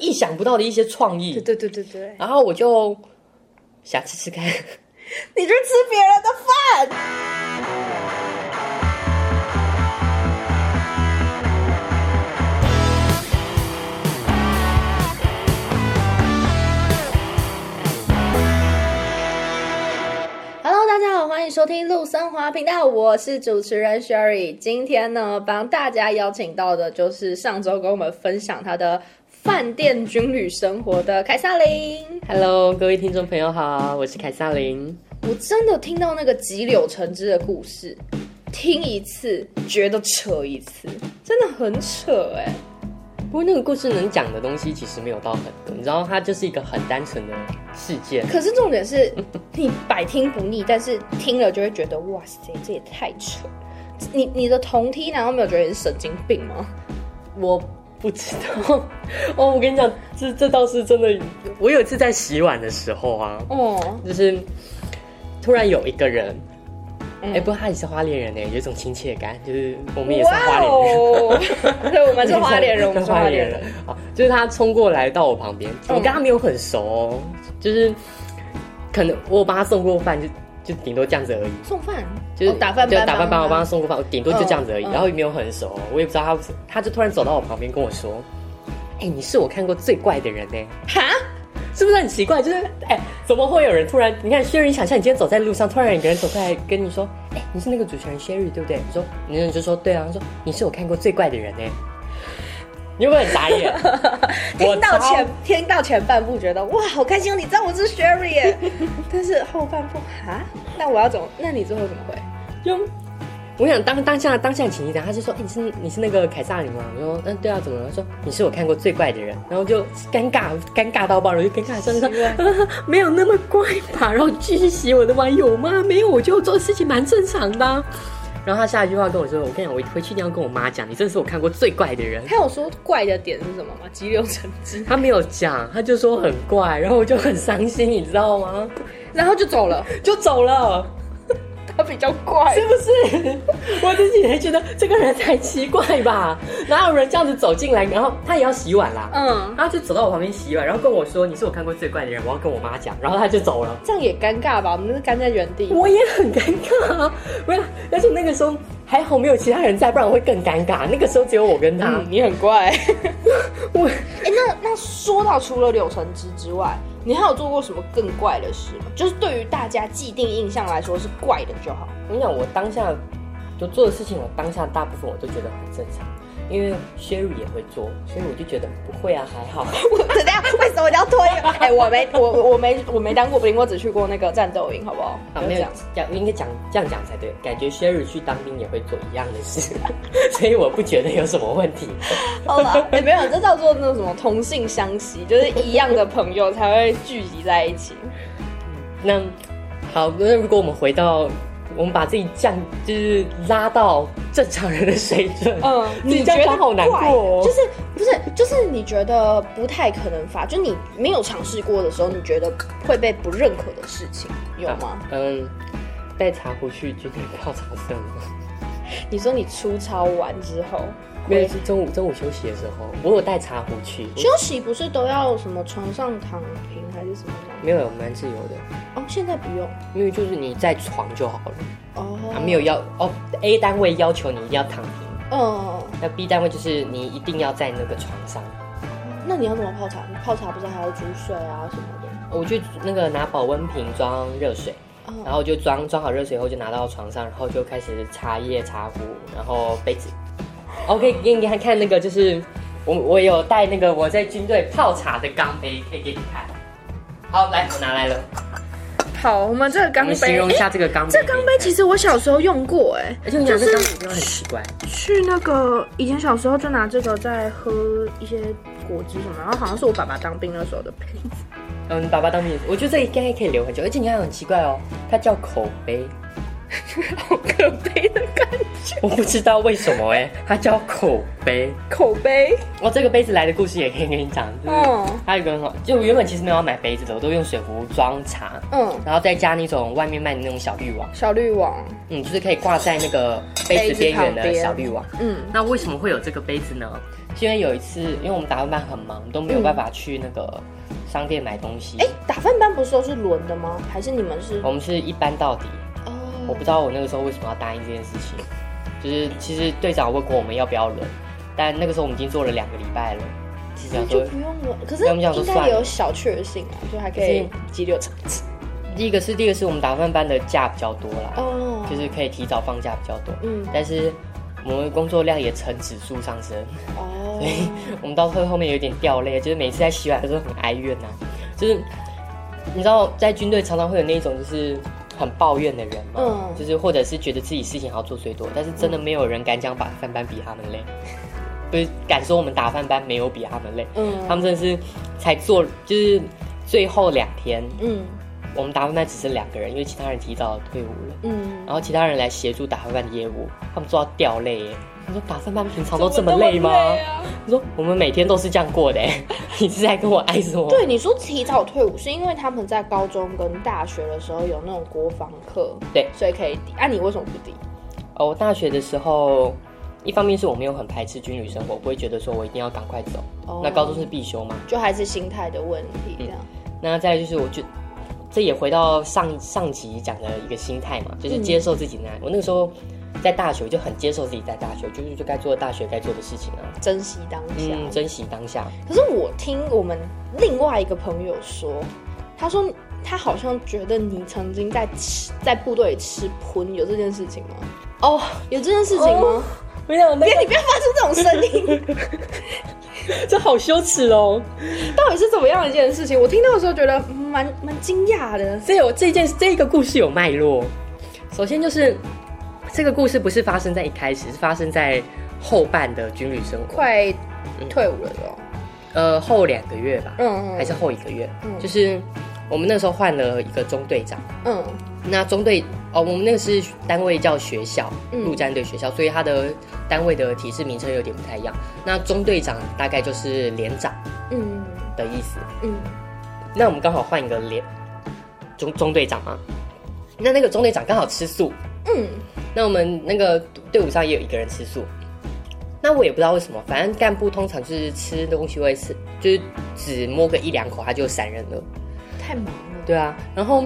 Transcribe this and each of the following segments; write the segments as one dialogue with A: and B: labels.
A: 意想不到的一些创
B: 对
A: 意，
B: 对对对对，
A: 然后我就想吃吃看。
B: 你就吃别人的饭。Hello，大家好，欢迎收听陆森华频道，我是主持人 Sherry。今天呢，帮大家邀请到的就是上周跟我们分享他的饭店军旅生活的凯撒琳。
A: Hello，各位听众朋友好，我是凯撒琳。
B: 我真的听到那个急柳橙汁的故事，听一次觉得扯一次，真的很扯哎、
A: 不过那个故事能讲的东西其实没有到很多，你知道，它就是一个很单纯的事件。
B: 可是重点是你百听不腻，但是听了就会觉得哇塞，这也太扯。你你的同梯难道没有觉得你是神经病吗？
A: 我不知道哦，我跟你讲，这这倒是真的。我有一次在洗碗的时候啊，
B: 哦，
A: 就是突然有一个人，哎、
B: 嗯
A: 不过他也是花莲人呢，有一种亲切感，就是我们也是
B: 哇
A: 花莲人。
B: 哦， 对，我们是花莲人，我
A: 对
B: 们是花 莲人。
A: 啊，就是他冲过来到我旁边，我
B: 嗯
A: 跟他没有很熟哦，就是可能我有帮他送过饭，就就顶多这样子而已。
B: 送饭
A: 就是、
B: 哦打饭
A: 就
B: 班
A: 打饭班，
B: 帮
A: 我帮
B: 忙
A: 他送过饭，我顶多就这样子而已。
B: 嗯嗯
A: 然后也没有很熟哦，我也不知道他，他就突然走到我旁边跟我说：“哎、你是我看过最怪的人呢、
B: 哈，
A: 是不是很奇怪？就是哎、怎么会有人突然？你看，Sherry，你想象你今天走在路上，突然有个人走过来跟你说：“哎、你是那个主持人 Sherry 对不对？”你说，你就说对啊。他说你是我看过最怪的人呢、你有没有很傻眼？
B: 听到
A: 我超
B: 前听到前半部觉得哇好开心哦，你知道我是 Sherry 耶，但是后半部哈，那我要怎么？那你最后怎么回？
A: 就我想当当下当下请一讲，他就说：“哎、你是你是那个凯撒琳吗？”我说：“嗯，对啊，怎么了？”他说：“你是我看过最怪的人。”然后就尴尬尴尬到爆了，我就尴尬地说：“说、啊、 没有那么怪吧？”然后继续洗我的碗，有吗？没有，我觉得我做事情蛮正常的啊、然后他下一句话跟我说：“我跟你讲，我回去一定要跟我妈讲，你真的是我看过最怪的人。”
B: 他有说怪的点是什么吗？急流成汁，
A: 他没有讲，他就说很怪，然后我就很伤心，你知道吗？
B: 然后就走了，
A: 就走了。
B: 他比较怪
A: 是。不是？我自己也觉得这个人才奇怪吧？哪有人这样子走进来，然后他也要洗碗啦，
B: 嗯，
A: 他就走到我旁边洗碗，然后跟我说：“你是我看过最怪的人，我要跟我妈讲。”然后他就走了。
B: 这样也尴尬吧？我们是干在原地。
A: 我也很尴尬啊，不是，而且那个时候还好没有其他人在，不然我会更尴尬。那个时候只有我跟他，
B: 嗯，你很 怪。
A: 我
B: 哎、那那说到除了柳橙汁之外，你还有做过什么更怪的事吗？就是对于大家既定印象来说是怪的就好。
A: 我跟你讲，我当下就做的事情，我当下大部分我都觉得很正常，因为 Sherry 也会做，所以我就觉得不会啊，还好。
B: 我怎样？为什么你要推？哎、我没，我我我没，我没当过兵，我只去过那个战斗营，好不好？
A: 啊，
B: 就
A: 没
B: 这
A: 有
B: 样
A: 讲，应该讲这样讲才对。感觉 Sherry 去当兵也会做一样的事，所以我不觉得有什么问题。
B: 好 了，也没有，这叫做那种什么同性相吸，就是一样的朋友才会聚集在一起。
A: 那好，那如果我们回到，我们把自己降，就是拉到正常人的水准。
B: 嗯，
A: 你这样讲好难过哦
B: 欸就是不是就是你觉得不太可能发，就你没有尝试过的时候，你觉得会被不认可的事情有吗？
A: 嗯，带茶壶去军队考察社吗？
B: 你说你出操完之后，
A: 没有，是中午中午休息的时候，我有带茶壶去。
B: 休息不是都要什么床上躺平还是什么吗？
A: 没有，蛮自由的，
B: 哦，现在不用
A: 因为就是你在床就好了，
B: 哦，
A: 啊，没有要哦，A 单位要求你一定要躺平，
B: 嗯，
A: 那 B 单位就是你一定要在那个床上。
B: 那你要怎么泡茶？你泡茶不是还要煮水啊什么的？
A: 哦我就那个拿保温瓶装热水，
B: 哦
A: 然后就装装好热水后就拿到床上，然后就开始茶叶、茶壶，然后杯子。OK，给你看看那个，就是我我有带那个我在军队泡茶的钢杯，可以给你看。好，来，我拿来了。
B: 好，我们这个
A: 我
B: 钢
A: 们形容一下这个钢杯。
B: 这钢杯其实我小时候用过、哎，
A: 而且你讲这钢杯真的很奇怪，
B: 去那个以前小时候就拿这个在喝一些果汁什么，然后好像是我爸爸当兵的时候 的杯子。
A: 嗯，你爸爸当面，我觉得这应该可以留很久，而且你看很奇怪哦，它叫口杯，
B: 好可悲的感觉，
A: 我不知道为什么哎、它叫口杯。
B: 口碑。
A: 我这个杯子来的故事也可以跟你讲，就是
B: 嗯
A: 还有一个很好，就我原本其实没有要买杯子的，我都用水壶装茶，
B: 嗯，
A: 然后再加那种外面卖的那种小滤网，
B: 小绿网，
A: 嗯，就是可以挂在那个杯子边缘的
B: 杯子旁边
A: 小滤网。
B: 嗯，
A: 那为什么会有这个杯子呢？是因为有一次，因为我们打饭班很忙，都没有办法去那个商店买东西。
B: 哎，打饭班不是都是轮的吗？还是你们是？
A: 我们是一班到底，我
B: 哦，
A: 不知道我那个时候为什么要答应这件事情。就是其实队长问过我们要不要轮，但那个时候我们已经做了两个礼拜了，就想
B: 就
A: 说
B: 不用轮。可是
A: 那我们想说
B: 应该
A: 算
B: 也
A: 了
B: 有小确幸啊，就还可以激流成次。
A: 第一个是第一个是我们打饭班的假比较多啦，
B: 哦，
A: 就是可以提早放假比较多，
B: 嗯，
A: 但是我们工作量也呈指数上升， 所以
B: 哦，
A: 我们到后后面有点掉泪，就是每次在洗碗的时候很哀怨呐、就是你知道在军队常常会有那种就是很抱怨的人嘛，
B: 嗯
A: 就是或者是觉得自己事情好像做最多，但是真的没有人敢讲打饭班比他们 累，不是敢说我们打饭班没有比他们累，
B: 嗯
A: 他们真的是才做就是最后两天，
B: 嗯
A: 我们打饭班只剩两个人，因为其他人提早退伍了。
B: 嗯，
A: 然后其他人来协助打饭班的业务，他们做到掉泪耶。你说打饭班平常都这
B: 怎
A: 么
B: 么
A: 累吗？
B: 累啊
A: 你说我们每天都是这样过的 耶，你是在跟我爱什么？
B: 对，你说提早退伍是因为他们在高中跟大学的时候有那种国防课，
A: 对
B: 所以可以抵。啊，你为什么不抵？
A: 哦，我大学的时候，一方面是我没有很排斥军旅生活，不会觉得说我一定要赶快走。
B: 哦
A: 那高中是必修嘛？
B: 就还是心态的问题，这样。
A: 那再来就是我就。这也回到上上集讲的一个心态嘛，就是接受自己
B: 嗯
A: 呢。我那个时候在大学我就很接受自己在大学，就是就该做大学该做的事情啊，
B: 珍惜当下。
A: 嗯，珍惜当下。
B: 可是我听我们另外一个朋友说，他说他好像觉得你曾经在吃在部队里吃喷，有这件事情吗？
A: 哦，
B: 有这件事情吗？
A: 没有那
B: 别、 你不要发出这种声音，
A: 这好羞耻哦！
B: 到底是怎么样的一件事情？我听到的时候觉得嗯蛮蛮惊讶的。
A: 这有这件这个故事有脉络。首先就是这个故事不是发生在一开始，是发生在后半的军旅生活，
B: 快退伍了哟，
A: 呃，后两个月吧，
B: 嗯嗯
A: 还是后一个月，
B: 嗯
A: 就是我们那时候换了一个中队长。
B: 嗯
A: 那中队哦，我们那个是单位叫学校，
B: 嗯
A: 陆战队学校，所以他的单位的体制名称有点不太一样。那中队长大概就是连长
B: 嗯
A: 的意思。
B: 嗯
A: 那我们刚好换一个连中中队长嘛，那那个中队长刚好吃素，
B: 嗯，
A: 那我们那个队伍上也有一个人吃素。那我也不知道为什么，反正干部通常就是吃东西会吃，就是只摸个一两口他就闪人了。
B: 太忙了。
A: 对啊，然后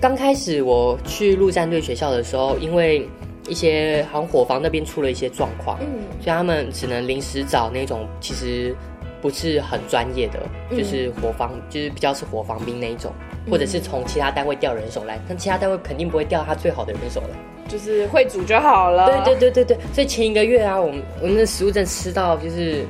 A: 刚开始我去陆战队学校的时候，因为一些好像伙房那边出了一些状况，
B: 嗯
A: 所以他们只能临时找那种其实不是很专业的，
B: 嗯
A: 就是火防，就是比较是火防兵那一种，或者是从其他单位调人手来，但其他单位肯定不会调他最好的人手来。
B: 就是会煮就好了。
A: 对对对对对，所以前一个月啊，我们我们的食物真的吃到就是，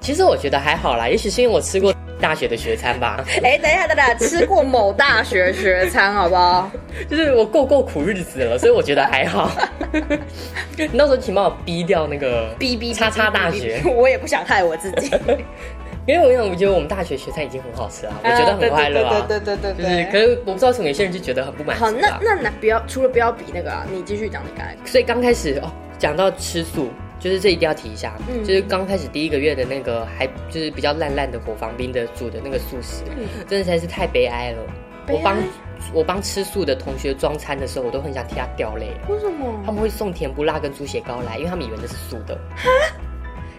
A: 其实我觉得还好啦，也许是因为我吃过大学的学餐吧，
B: 对。哎，等一下，等一下，吃过某大学学餐好不好？
A: 就是我过过苦日子了，所以我觉得还 好。你到时候请帮我逼掉那个
B: 哔哔
A: 叉叉大学，
B: 我也不想害我自己。
A: 因为我想，我觉得我们大学学餐已经很好吃了， 我觉得很快乐啊。
B: 对对对对
A: 就是，可是我不知道为什么有些人就觉得很不满足、啊。
B: 好，那那那不要，除了不要比那个啊，你继续讲你刚才。
A: 所以刚开始哦，讲到吃素，就是这一定要提一下，
B: 嗯
A: 就是刚开始第一个月的那个还就是比较烂烂的火防兵的煮的那个素食，真的实在是太悲哀了。
B: 嗯悲哀
A: 我帮我帮吃素的同学装餐的时候，我都很想替他掉泪。
B: 为什
A: 他
B: 么？
A: 们会送甜不辣跟猪血糕来，因为他们以为那是素的。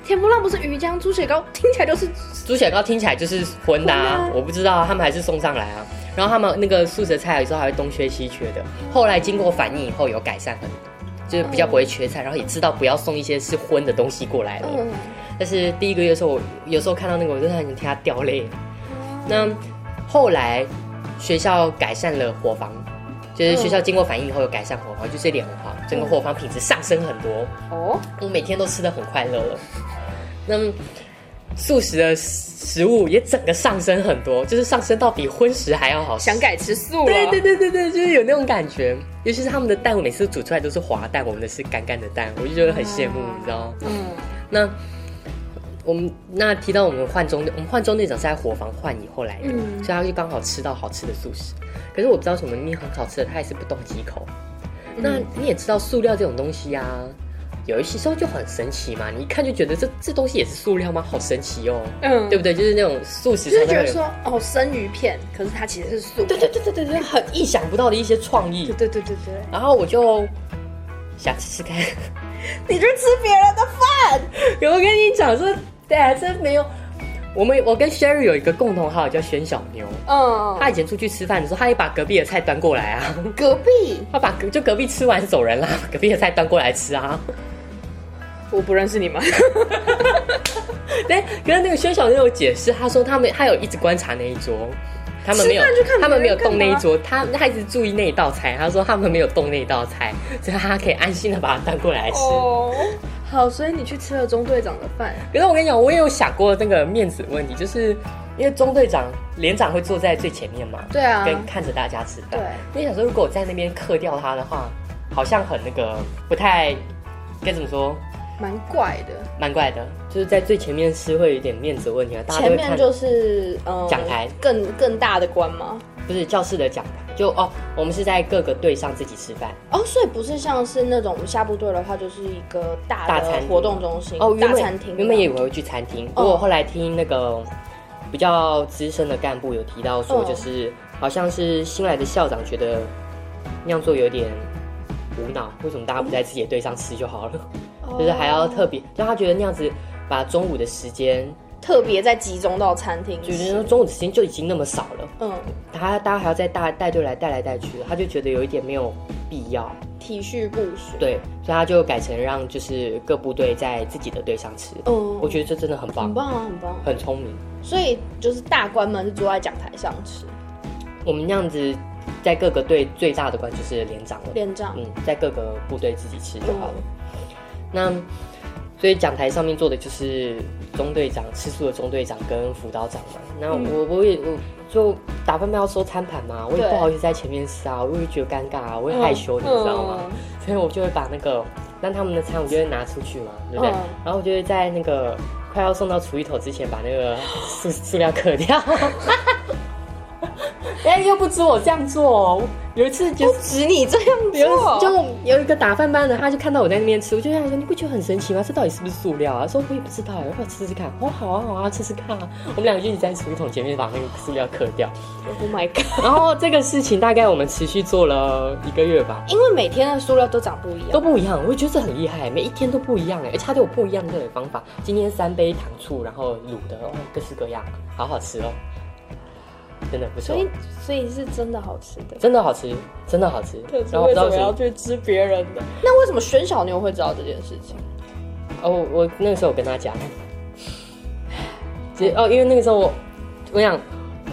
B: 甜不辣不是鱼浆猪血糕，听起来就是
A: 猪血糕听起来就是荤的、啊
B: 荤啊，
A: 我不知道啊，他们还是送上来啊。然后他们那个素食菜有时候还会东缺西缺的，后来经过反应以后有改善很多，就是比较不会缺菜，然后也知道不要送一些是荤的东西过来了。
B: 嗯，
A: 但是第一个月的时候，我有时候看到那个，我真的很想替他掉泪。
B: 嗯
A: 那后来学校改善了伙房，就是
B: 嗯
A: 学校经过反应以后有改善伙房，就这点很好，整个伙房品质上升很多。
B: 哦，
A: 我每天都吃的很快乐了。那么素食的食物也整个上升很多，就是上升到比荤食还要好吃。
B: 想改吃素了。
A: 对对对对对，就是有那种感觉。尤其是他们的蛋，我每次煮出来都是滑蛋，我们的是干干的蛋，我就觉得很羡慕，你知道吗？
B: 嗯，
A: 那我们那提到我们换中队，我们换中队长是在伙房换以后来的，
B: 嗯
A: 所以他就刚好吃到好吃的素食。可是我不知道什么面很好吃的，他也是不动几口。那
B: 嗯
A: 你也知道塑料这种东西啊，有一些时候就很神奇嘛，你一看就觉得这这东西也是塑料吗？好神奇哦，
B: 嗯
A: 对不对？就是那种素食，
B: 就是觉得，说哦，生鱼片，可是它其实是素。
A: 对对对对对对，很意想不到的一些创意
B: 对。对对对对，
A: 然后我就想试试看。
B: 你就吃别人的饭。
A: 我跟你讲说，对啊，这没有。我们我跟 Sherry 有一个共同好友叫轩小妞，
B: 嗯，
A: 她以前出去吃饭的时候，她也把隔壁的菜端过来啊，
B: 隔壁
A: 她把隔就隔壁吃完走人啦， 隔壁的菜端过来吃啊。
B: 我不认识 你们，
A: 对，可哎是那个轩小妞有解释，她说他们她有一直观察那一桌，他们没有
B: 吃饭就看别人
A: 他们没有动
B: 干
A: 那
B: 嘛
A: 一桌，她她一直注意那一道菜，她说他们没有动那一道菜，所以她可以安心的把它端过来吃。
B: 哦，好，所以你去吃了中队长的饭，
A: 可是我跟你讲，我也有想过那个面子问题，就是因为中队长、连长会坐在最前面嘛，
B: 对啊，
A: 跟看着大家吃
B: 对
A: 饭。，我想说，如果我在那边克掉他的话，好像很那个，不太该怎么说，
B: 蛮怪的。
A: 蛮怪的。就是在最前面吃会有一点面子问题啊，大家都
B: 前
A: 会
B: 面
A: 看，
B: 就是呃
A: 讲台
B: 更更大的关吗？
A: 不是教室的讲台，就哦，我们是在各个队上自己吃饭。
B: 哦，所以不是像是那种我们下部队的话，就是一个大
A: 大餐
B: 的
A: 厅
B: 活动中心
A: 哦，原
B: 大
A: 本
B: 餐厅。
A: 原本也以为会去餐厅，不
B: 哦
A: 过后来听那个比较资深的干部有提到说，
B: 嗯
A: 就是、好像是新来的校长觉得那样做有点无脑，为什么大家不在自己的队上吃就好了？
B: 哦
A: 就是还要特别，让他觉得那样子把中午的时间，
B: 特别在集中到餐厅
A: 就
B: 吃，
A: 是说中午的时间就已经那么少了，
B: 嗯，
A: 他大家还要再带带队来带来带去的，他就觉得有一点没有必要，
B: 体恤部署。
A: 对，所以他就改成让就是各部队在自己的队上吃。
B: 嗯，
A: 我觉得这真的很棒
B: 很，棒啊，很棒。
A: 很聪明。
B: 所以就是大官们是坐在讲台上吃，
A: 我们那样子在各个队最大的关就是连长了，
B: 练仗。
A: 嗯，在各个部队自己吃就好了。
B: 嗯
A: 那所以讲台上面坐的就是中队长、吃素的中队长跟辅导长嘛。那
B: 嗯
A: 我、我也我就打饭不要收餐盘嘛，我也
B: 对
A: 不好意思在前面吃啊，我也觉得尴尬啊，我也害羞，你知道吗？
B: 嗯？
A: 所以我就会把那个让他们的餐，我就会拿出去嘛，对不对？
B: 嗯
A: 然后我就会在那个快要送到厨余桶之前，把那个 塑塑料嗑掉。 哎、又不止我这样做、哦，有一次就
B: 不 止你这样
A: 有
B: 做，
A: 就有一个打饭班的，他就看到我在那边吃，我就想说你不觉得很神奇吗？这到底是不是塑料啊？他说我也不知道，要不要吃吃看？哦，好啊好啊，吃吃看啊。我们两个就一直在厨余桶前面把那个塑料嗑掉。
B: Oh my god！
A: 然后这个事情大概我们持续做了一个月吧。
B: 因为每天的塑料都长不一
A: 都
B: 样，
A: 不一样，我觉得这很厉害，每一天都不一样哎，而且它都有不一样的方法。今天三杯糖醋，然后卤的哦，各式各样，好好吃哦，真的不错
B: 所，以所以是真的好吃的。
A: 真的好吃，真的好吃。然后不知道为什么，
B: 去吃别人的？那为什么宣小妞会知道这件事情？
A: 哦，我我那个时候我跟他讲，其实哦，因为那个时候我，我想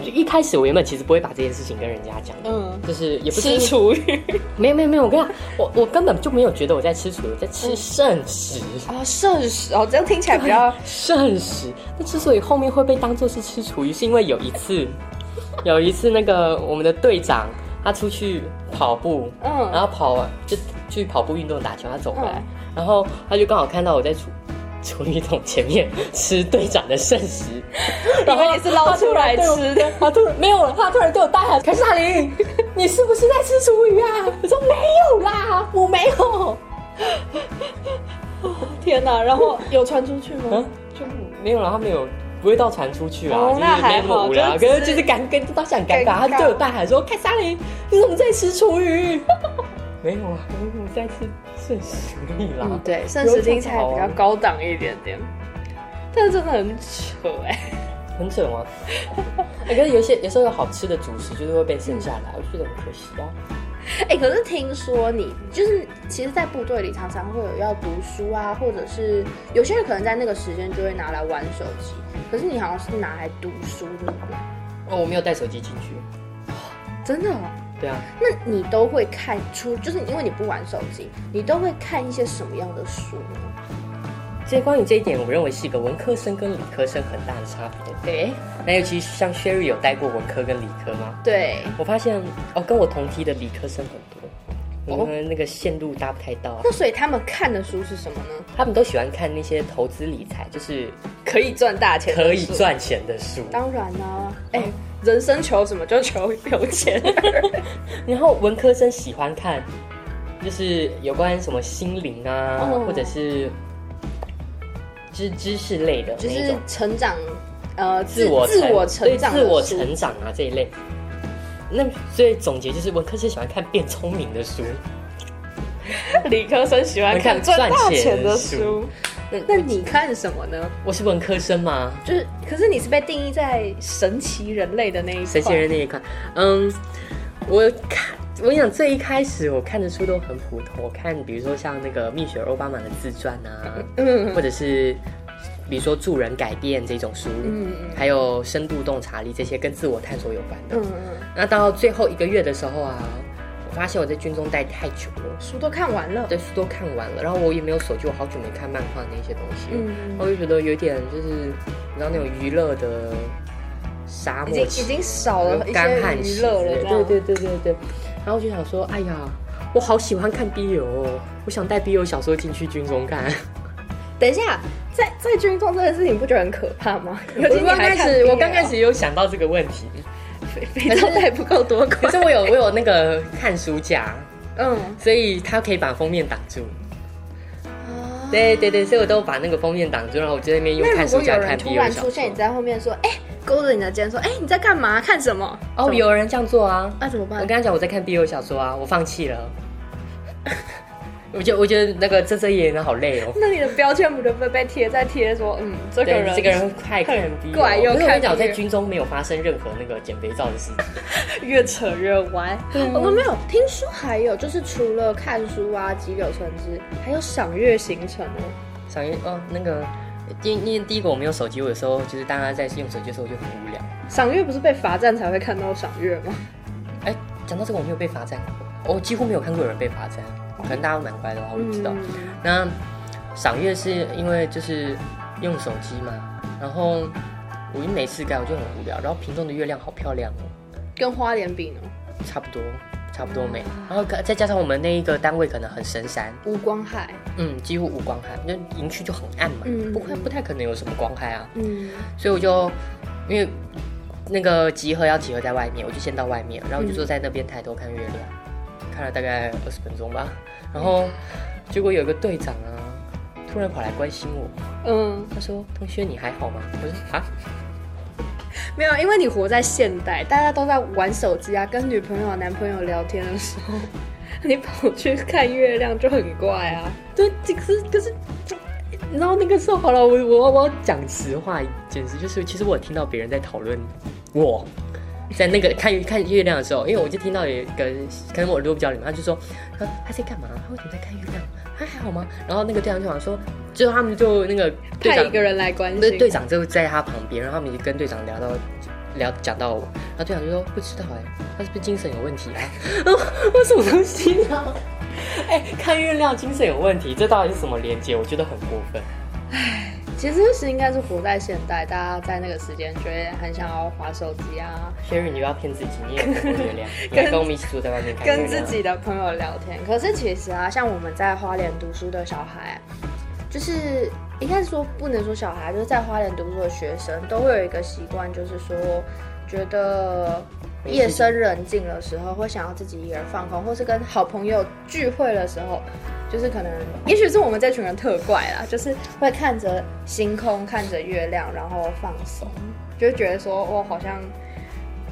A: 就一开始我原本其实不会把这件事情跟人家讲，
B: 嗯，
A: 就是也不是因
B: 吃
A: 为
B: 厨余
A: 没有没有没有，我跟你讲，我我根本就没有觉得我在吃厨余，我在吃剩食。
B: 啊，剩食哦，这样听起来比较
A: 剩食。那之所以后面会被当做是吃厨余，是因为有一次，有一次那个我们的队长他出去跑步，然
B: 嗯
A: 后跑完就去跑步运动打球，他走回来，然后他就刚好看到我在厨厨余桶前面吃队长的剩食，
B: 以为你是捞出来吃的，
A: 他突然没有了，他突然对我大喊：“凯撒琳，你是不是在吃厨余啊？”我说：“没有啦，我没有。”
B: 天哪！然后有传出去
A: 嗯
B: 吗？，
A: 就没有了，他没有。不会到传出去啊，
B: 哦
A: 就是
B: 那
A: 没
B: 还
A: 那么
B: 好
A: 无聊，
B: 就
A: 可
B: 是
A: 是
B: 只
A: 就是是尴跟当下很尴尬，
B: 尴尬
A: 他对我大喊说：“凯撒琳，你怎么在吃厨余？” 没有啊，我我在吃剩食力啦。
B: 嗯，对，剩食听起来
A: 啊
B: 比较高档一点点，但是真的很扯哎。
A: 很蠢 啊！我觉得有些有时候有好吃的主食就是会被剩下来，我觉得很可惜啊。
B: 哎，可是听说你就是，其实，在部队里常常会有要读书啊，或者是有些人可能在那个时间就会拿来玩手机，可是你好像是拿来读书的，
A: 哦，我没有带手机进去。
B: 真的哦。
A: 对啊，
B: 那你都会看出，就是因为你不玩手机，你都会看一些什么样的书呢？
A: 所以关于这一点，我认为是一个文科生跟理科生很大的差别。
B: 对
A: 那尤其像 Sherry 有带过文科跟理科吗？
B: 对，
A: 我发现哦，跟我同梯的理科生很多，
B: 哦
A: 我们那个线路搭不太到啊。
B: 那所以他们看的书是什么呢？
A: 他们都喜欢看那些投资理财，就是
B: 可以赚大钱
A: 可以。赚钱的书。
B: 当然啦、哎、人生求什么就求有钱。
A: 然后文科生喜欢看，就是有关什么心灵啊，
B: 哦
A: 或者是知知识类的
B: 就
A: 那一
B: 是
A: 种，
B: 成长，呃，
A: 自我
B: 自我成长的
A: 对自我
B: 书
A: 成长啊这一类。那所以总结就是，文科生喜欢看变聪明的书。
B: 理科生喜欢
A: 看赚钱的书，那
B: 那你看什么呢？
A: 我是文科生嘛，
B: 就是，可是你是被定义在神奇人类的那一块
A: 神仙人那一块，嗯，我看。我想最一开始我看的书都很普通，我看比如说像那个蜜雪儿奥巴马的自传啊， 或者是比如说助人改变这种书，
B: 嗯嗯
A: 还有深度洞察力这些跟自我探索有关的。
B: 嗯嗯，
A: 那到最后一个月的时候啊，我发现我在军中待太久了，
B: 书都看完了，
A: 对，书都看完了，然后我也没有手机，我好久没看漫画那些东西了，
B: 嗯，
A: 我就觉得有点就是你知道那种娱乐的沙
B: 已
A: 漠
B: 经已
A: 期
B: 经少了一
A: 干旱
B: 些
A: 期
B: 娱
A: 之
B: 乐了
A: 类，
B: 这
A: 对
B: 样
A: 对对对对。然后我就想说，哎呀，我好喜欢看 BL 哦，我想带 BL 小说进去军中看。
B: 等一下，在在军中这件事情，不觉得很 可怕吗？尤其
A: 我
B: 你
A: 刚
B: 还
A: 开
B: 看啊
A: 始，
B: BL
A: 我刚开始有想到这个问题，
B: 肥皂带不够 多
A: 可
B: 块，
A: 是我有我有那个看书架，
B: 嗯，
A: 所以它可以把封面挡住。
B: 啊
A: 对对对，所以我都把那个封面挡住，然后我就在那边用
B: 那
A: 哦看
B: 如果
A: 书架
B: 有
A: 看
B: 人
A: BL
B: 突
A: 小
B: 然
A: 说。
B: 出现，你在后面说，哎、勾着你的肩说，哎、你在干嘛？看什么？
A: 哦，有人这样做啊！
B: 那、怎么
A: 我
B: 办
A: 跟？他讲我在看 BL 小说啊，我放弃了。 我觉得我觉得那个遮遮掩掩的好累哦。
B: 那你的标签不就被被贴在贴说，嗯，这个
A: 对，
B: 人
A: 这个人太看 BL 了。
B: 怪又
A: 不是我跟你讲，我
B: 看 BL
A: 在军中没有发生任何那个减肥照的事情。
B: 越扯越歪。我们没有听说还有，就是除了看书啊、挤柳橙汁，还有赏月行程哦。
A: 小云哦，那个第因为第一个我没有手机，我有时候就是大家在用手机的时候我就很无聊。
B: 赏月不是被罚站才会看到赏月吗？
A: 哎，讲到这个我没有被罚站过，我几乎没有看过有人被罚站，可能大家都蛮乖的吧，我不知道。
B: 嗯
A: 那赏月是因为就是用手机嘛，然后我一没事干，我就很无聊。然后屏东的月亮好漂亮哦，
B: 跟花莲比呢，
A: 差不多差不多美。
B: 嗯
A: 然后可再加上我们那一个单位可能很深山，
B: 无光海。
A: 嗯，几乎无光害，那营区就很暗嘛，
B: 嗯
A: 不会不太可能有什么光害啊。
B: 嗯
A: 所以我就因为那个集合要集合在外面，我就先到外面，然后我就坐在那边抬头看月亮，看了大概二十分钟吧。然后结果有一个队长啊，突然跑来关心我，
B: 嗯，
A: 他说：“同学，你还好吗？”我说：“啊，
B: 没有，因为你活在现代，大家都在玩手机啊，跟女朋友、男朋友聊天的时候， 你跑去看月亮就很怪啊。
A: 对，这个是可是。”然后那个时候好了，我我我要讲实话一件事，就是其实我有听到别人在讨论我在那个看看月亮的时候，因为我就听到有一个可能我耳朵比较灵嘛，他就说他他在干嘛？他为什么在看月亮？他还好吗？然后那个队长就好像说，最后他们就那个队
B: 派
A: 长
B: 一个人来关心，
A: 对队长就在他旁边，然后他们就跟队长聊到聊讲到我，然后队长就说不知道哎、他是不是精神有问题啊？ 我什么东西啊？哎、看月亮精神有问题，这到底是什么连接？我觉得很过分。
B: 其实是应该是活在现代，大家在那个时间就会很想要划手机啊，
A: Sherry，你不要骗自己，你也看过月 亮，你还跟我们一起坐在外面看月啊
B: 跟
A: 亮。
B: 自己的朋友聊天。可是其实啊，像我们在花莲读书的小孩，就是应该是说不能说小孩，就是在花莲读书的学生都会有一个习惯，就是说觉得。
A: 没事
B: 夜深人静的时候，会想要自己一个人放空，或是跟好朋友聚会的时候，就是可能，也许是我们这群人特怪啦， 就是会看着星空，看着月亮，然后放松，就会觉得说，我好像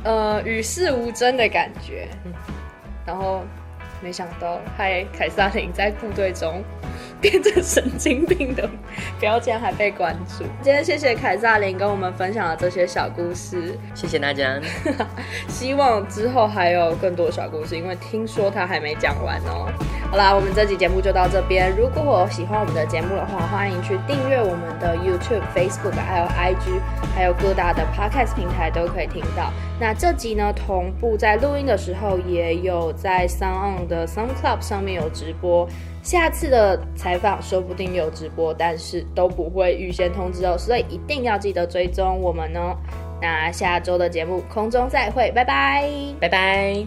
B: 呃与世无争的感觉。然后没想到，嗨，凯撒琳在部队中变成神经病的标签还被关注。今天谢谢凯撒琳跟我们分享了这些小故事，
A: 谢谢大家。
B: 希望之后还有更多小故事，因为听说他还没讲完哦。好啦，我们这期节目就到这边。如果喜欢我们的节目的话，欢迎去订阅我们的 YouTube、Facebook，还有 IG，还有各大的 Podcast 平台都可以听到。那这集呢，同步在录音的时候也有在 Sound On 的 Sound Club 上面有直播。下次的采访说不定有直播，但是都不会预先通知哦，所以一定要记得追踪我们哦。那下周的节目空中再会，拜拜。
A: 拜拜。